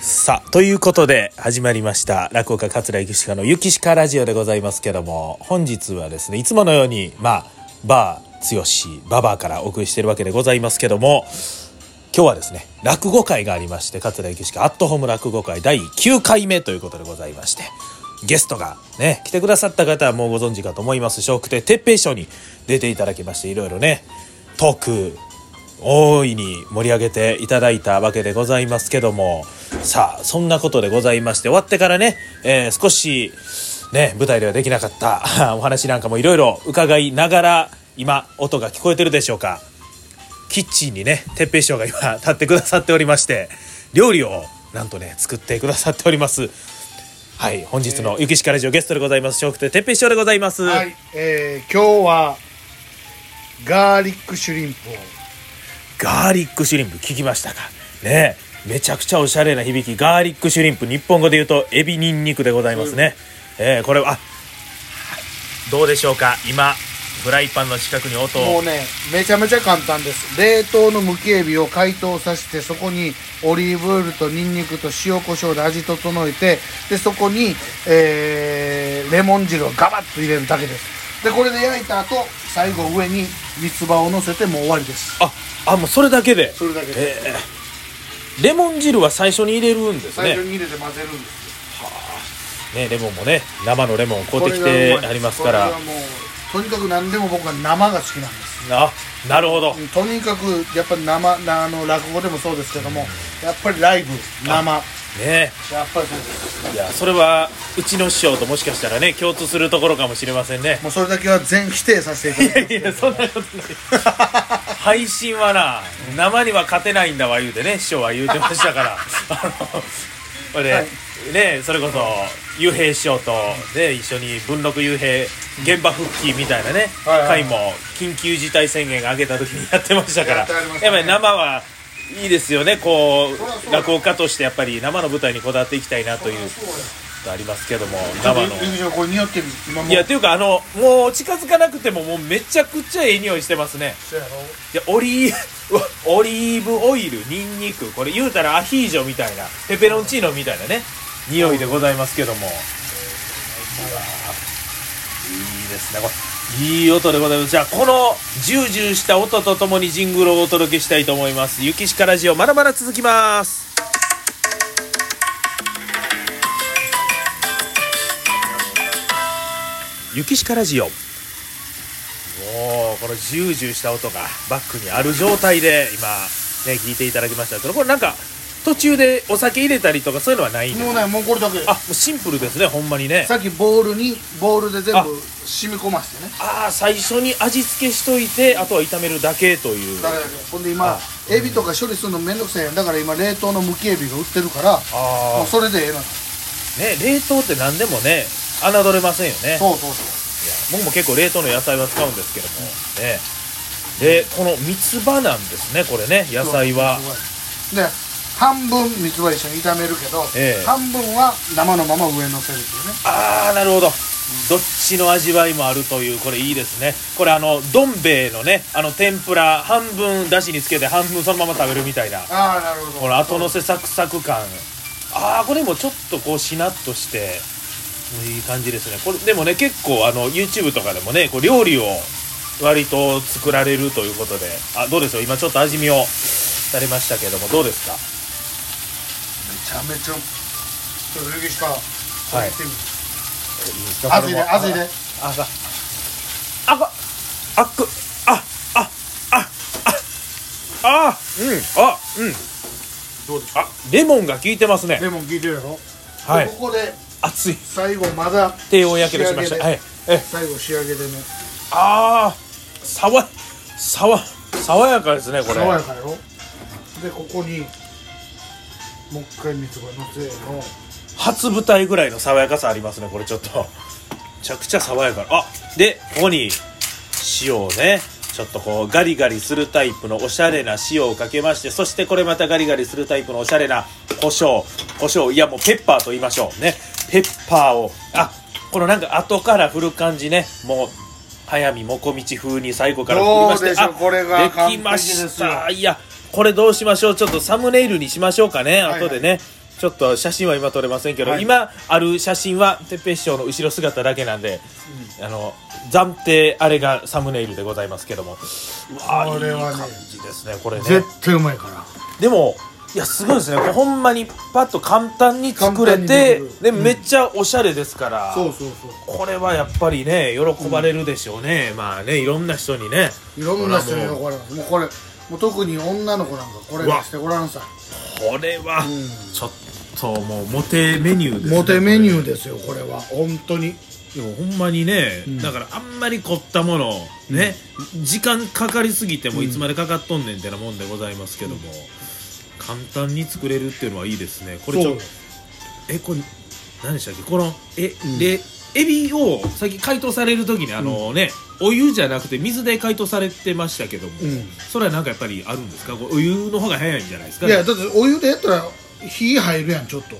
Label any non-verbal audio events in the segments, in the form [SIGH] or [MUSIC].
さあということで始まりました落語家桂ゆきしかの「ゆきしかラジオ」でございますけども本日はですねいつものようにまあバー剛ババアからお送りしてるわけでございますけども今日はですね落語会がありまして桂ゆきしかアットホーム落語会第9回目ということでございましてゲストがね来てくださった方はもうご存知かと思います笑福亭哲平賞に出ていただきましていろいろねトーク大いに盛り上げていただいたわけでございますけどもさあそんなことでございまして終わってからね、えー少しね舞台ではできなかった [LAUGHS] お話なんかもいろいろ伺いながら今音が聞こえてるでしょうかキッチンにね哲平師匠が今立ってくださっておりまして料理をなんとね作ってくださっておりますはい本日の「ゆきしかラジオ」ゲストでございます笑福亭哲平師匠でございます、はい、えー、今日はガーリックシュリンプをガーリックシュリンプ聞きましたかねえめちゃくちゃおしゃれな響きガーリックシュリンプ日本語で言うとエビニンニクでございますね、ええこれはあどうでしょうか今フライパンの近くに音もをうねめちゃめちゃ簡単です冷凍のむきエビを解凍させてそこにオリーブオイルとニンニクと塩コショウで味整えてでそこに、えーレモン汁をガバッと入れるだけですでこれで焼いた後最後上に三つ葉を乗せてもう終わりですああもうそれだけでそれだけでええレモン汁は最初に入れるんです最ね初に入れて混ぜるんですねレモンもね生のレモンを買こうてきてありますかれらがうまいですこれはもうとにかく何でも僕は生が好きなんですあなるほどとにかくやっぱり生なあの落語でもそうですけども、やっぱりライブ生やっぱねりそうですいやそれはうちの師匠ともしかしたらね共通するところかもしれませんねもうそれだけは全否定させていただきいやそんなことない配信はな生には勝てないんだわ言うてね師匠は言うてましたから [LAUGHS] あのこれ、はいねそれこそ雄平師匠と、ね、一緒に文禄雄平現場復帰みたいなね、はいはいは回いも緊急事態宣言が上げた時にやってましたからやってありましたやっねぱり生はいいですよねこそりゃそううだ落語家としてやっぱり生の舞台にこだわっていきたいなということありますけどもた生の。陸上これ匂ってる今もういやっていうかあのもう近づかなくてももうめちゃくちゃええ匂いしてますねそうやろいやオリーブ [LAUGHS] うわオリーブオイルニンニクこれ言うたらアヒージョみたいなペペロンチーノみたいなね匂いでございますけどもうわーいいですねこれいい音でございますじゃあこのジュージューした音とともにジングルをお届けしたいと思います「ゆきしかラジオ」まだまだ続きますゆきしかラジオおーこのジュージューした音がバックにある状態で今ね聞いていただきましたけどこれなんか途中でお酒入れたりとかそういうのはないんですもうねもうこれだけあもうシンプルですねほんまにねさっきボールにボールで全あ部染み込ませてねああ最初に味付けしといてあとは炒めるだけというだあからほんで今エビとか処理するのめんどくさいやんだから今冷凍のむきエビが売ってるからもうあそれでええのよね冷凍って何でもね侮れませんよねそうそうそいや僕も結構冷凍の野菜は使うんですけどもねでこの三つ葉なんですねこれね野う菜はすごいで半分三つ葉一緒に炒めるけど、ええ半分は生のまま上に乗せるっていうねああなるほどどっちの味わいもあるというこれいいですねこれあのどん兵衛のねあの天ぷら半分だしにつけて半分そのまま食べるみたいなああなるほどこの後乗せサクサク感ああこれもちょっとこうしなっとしていい感じですねこれでもね結構あの YouTube とかでもねこう料理を割と作られるということであどうですよ今ちょっと味見をされましたけれどもどうですかめちゃめちゃちょっとルギシカはいいってみるいいですか熱いで熱いであがあがあくあああああうんあうんどうですあレモンが効いてますねレモン効いてるやろはいでここで熱い最後まだ低温やけどしましたはいえ最後仕上げでねああ爽や爽爽やかですねこれ爽やかやろでここにもう一回蜜がのせの初舞台ぐらいの爽やかさありますねこれちょっとめちゃくちゃ爽やかあでここに塩をねちょっとこうガリガリするタイプのおしゃれな塩をかけましてそしてこれまたガリガリするタイプのおしゃれな胡椒胡椒いやもうペッパーと言いましょうねペッパーをあこのなんか後から振る感じねもう早見もこみち風に最後から振りましてどうでしょうあこれができま完璧でしすよたいやこれどうしましょうちょっとサムネイルにしましょうかねはい後でね、ちょっと写真は今撮れませんけど、はい今ある写真は哲平師匠の後ろ姿だけなんで、あの暫定あれがサムネイルでございますけどもうわーこれはいねい感じですねこれね絶対うまいからでもいやすごいですねこれほんまにパッと簡単に作れ簡単にでてきるでめっちゃおしゃれですから、そうそうそうこれはやっぱりね喜ばれるでしょうね、まあねいろんな人にねいろんな人にこ喜ばれますもうこれもう特に女の子なんかこれ出してごらんさいれはちょっともうモテメニューですねモテメニューですよこれは本当にでもほんまにね、だからあんまり凝ったものね、時間かかりすぎてもいつまでかかっとんねんってなもんでございますけども、簡単に作れるっていうのはいいですねこれちょそうえこれ何でしたっけこのえ、でエビをさっき解凍される時にあのね、お湯じゃなくて水で解凍されてましたけども、うんそれはなんかやっぱりあるんですかこうお湯の方が早いんじゃないですかいやだってお湯でやったら火入るやんちょっと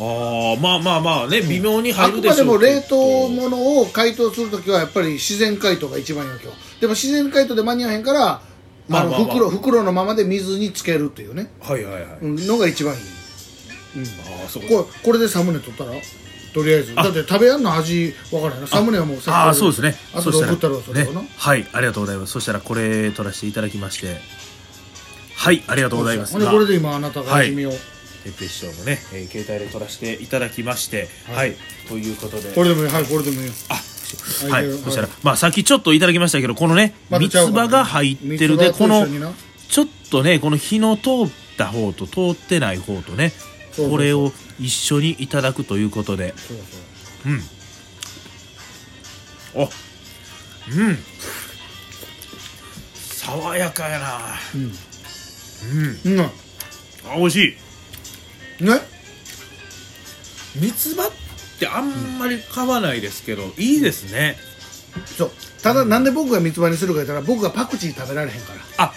ああまあまあまあね微妙にあ入くるでましでょもうけど冷凍ものを解凍するときはやっぱり自然解凍が一番いいわけよでも自然解凍で間に合わへんから、まああのまあまあ袋袋のままで水につけるっていうね、はいはいはい、うん、のが一番いいああそうこれこれでサムネ取ったらとりあえずだって食べやんの味わからへんなサムネはもうああそうですねあそとしたら送ったろそれかな、ね、はいありがとうございますそしたらこれ取らせていただきましてはいありがとうございますほんでこれで今あなたがはい味見を、テッペ師匠もね、えー携帯で取らせていただきましてはい、ということでこれでもいいはいこれでもいいよははいいそしたらまあさっきちょっといただきましたけどこのねま三たちゃうつ葉からが入ってるで三つ葉ことの一緒になちょっとねこの火の通った方と通ってない方とねそうそうそうこれを一緒にいただくということでそうそうおうん爽やかやなうんうんねあ美味しい三つ葉ってあんまり買わないですけど、いいですねそうただなんで僕が三つ葉にするか言ったら僕がパクチー食べられへんからあ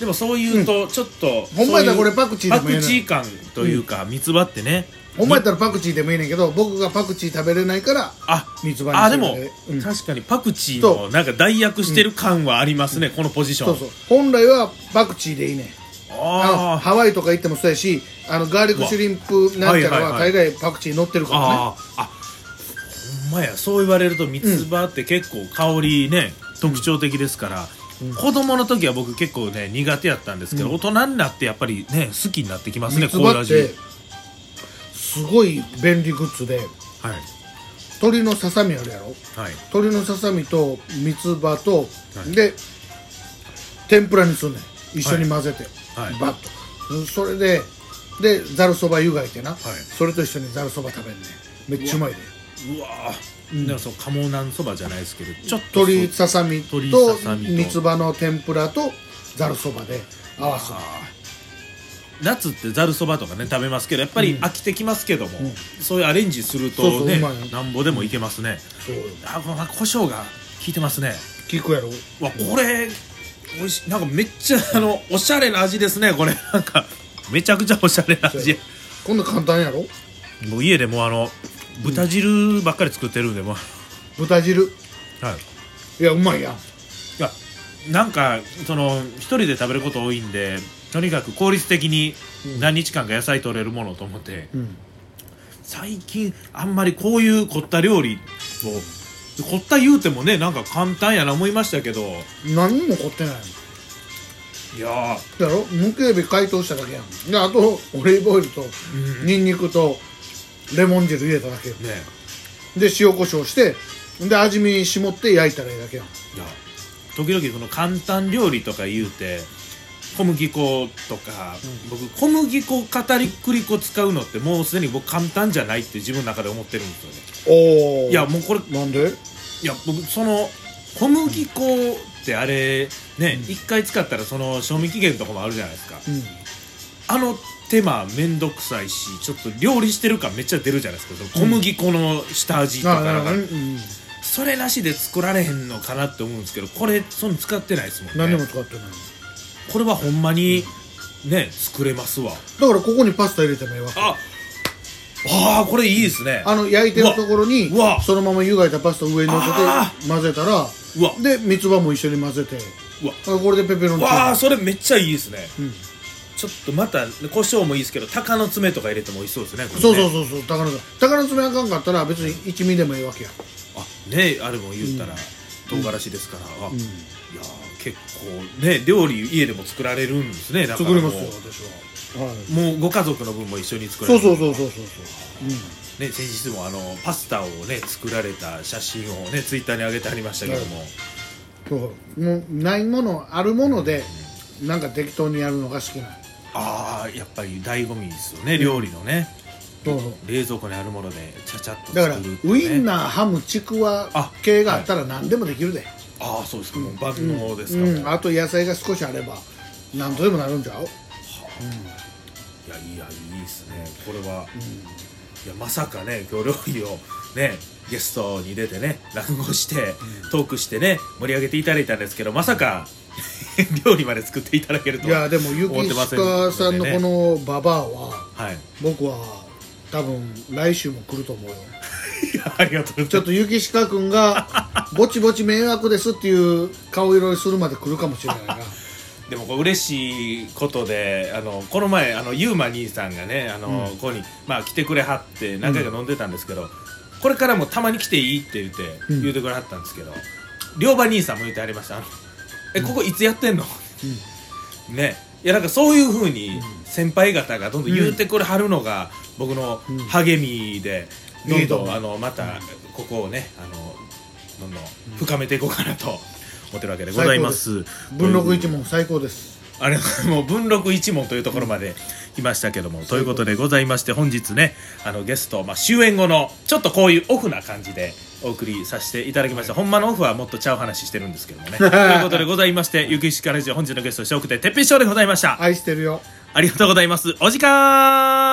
でもそういうとちょっと、ほんまやったそういらうこれパクチーでもえパえのよクチー感というか、三つ葉ってねお前やったらパクチーでもいいねんけど僕がパクチー食べれないからあ三つ葉にあすでるも、うんそ確かにパクチーそのなんか代役してる感はありますね、このポジションうそう本来はパクチーでいいねんあのあーハワイとか行ってもそうやしあのガーリックシュリンプなんちゃらうわははい大概パクチー乗ってるからねあーあほんまやそう言われると三つ葉って結構香りね、特徴的ですから、子供の時は僕結構ね苦手やったんですけど、大人になってやっぱりね好きになってきますね三こつういう葉っ味てすごい便利グッズではい鶏のささみあるやろはい鶏のささみと三つ葉と、で天ぷらにすんねん一緒に混ぜて、はいはいバッとうんそれででざるそば湯がいてな、いそれと一緒にざるそば食べんねんめっちゃうまいでうわー、なんかそう鴨なんそばじゃないですけどちょっと鶏ささみと鶏ささみと三つ葉の天ぷらとざるそばで合わせる夏ってざるそばとかね食べますけどやっぱり飽きてきますけども、そういうアレンジするそうそとうねうまいよなんぼでもいけますね、そうよあこの胡椒が効いてますね聞くやろわこれおいしいなんかめっちゃあのおしゃれな味ですねこれなんかめちゃくちゃおしゃれな味こんなん簡単やろもう家でもうあの豚汁ばっかり作ってるんでもう、豚汁はいいやうまいやんいやなんかその一人で食べること多いんでとにかく効率的に何日間か野菜取れるものと思って、ん最近あんまりこういう凝った料理を凝った言うてもねなんか簡単やな思いましたけど何にも凝ってないいややろむけエビ解凍しただけやんであとオリーブオイルとニンニクとレモン汁入れただけよーねで塩コショウしてで味見絞って焼いたらいいだけやんいや時々その簡単料理とか言うて小麦粉とか、僕小麦粉片栗粉使うのってもうすでに僕簡単じゃないって自分の中で思ってるんですよねおおいやもうこれなんでいや僕その小麦粉ってあれね一、回使ったらその賞味期限とかもあるじゃないですか、うんあの手間めんどくさいしちょっと料理してる感めっちゃ出るじゃないですかその小麦粉の下味とかなななんんか、かうんそれなしで作られへんのかなって思うんですけどこれその使ってないですもん何ねにも使ってないこれはほんまにね作れますわだからここにパスタ入れてもいいわああーこれいいですねあの焼いてるところにうわそのまま湯がいたパスタを上に乗せあて混ぜたらうわで三つ葉も一緒に混ぜてうわこれでペペロンチーノわあそれめっちゃいいですね、ちょっとまた胡椒もいいですけど鷹の爪とか入れても美味しそうですねこれねそうそうそうそう宝の宝の爪あかんかったら別に一味でもいいわけやあねあれも言ったら唐辛子ですから、あいやー結構ね料理家でも作られるんですねだから作もうりますよ私は、はい、もうご家族の分も一緒に作らそれるうそうそうそうそうね、先日もあのパスタをね作られた写真をねツイッターに上げてありましたけども、そう、うん、そうもうないものあるものでなんか適当にやるのが好きなのああやっぱり醍醐味ですよね料理のね、そうそう冷蔵庫にあるものでちゃちゃっとだから、作るってねウインナーハムちくわあ系があったら何でもできるで、ああそうですかもう万能ですか、もううん、あと野菜が少しあれば何とでもなるんちゃういやいやいいですねこれは、いやまさかね今日料理をねゲストに出てね落語してトークしてね盛り上げていただいたんですけどまさか [LAUGHS] 料理まで作っていただけるといはやでもゆ思っきてましせんでねかさんのこのババアははい [LAUGHS] 僕は多分来週も来ると思うよいやありがとうございますちょっとゆきしか君がぼちぼち迷惑ですっていう顔色にするまで来るかもしれないなでもこう嬉しいことであのこの前あのユーマ兄さんがねあの、ここに、まあ、来てくれはって何回か飲んでたんですけど、これからもたまに来ていいって言って、うん言うてくれはったんですけど両場兄さんも言ってありましたあのえここいつやってんの、ねいやなんかそういうふうに先輩方がどんどん言うてくれはるのが僕の励みで、うんどんいいとどん思うあのまたここをねあのどんどん深めていこうかなと思ってるわけでございます。文禄一門最高ですあれもう文禄一門というところまで来ましたけども、ということでございまして本日ねあのゲスト、まあ、終演後のちょっとこういうオフな感じでお送りさせていただきました、ほんまのオフはもっとちゃう話してるんですけども [LAUGHS] ねということでございまして「ゆきしかラジオ」本日のゲスト小くててっぺいしょうでございました、愛してるよありがとうございますお時間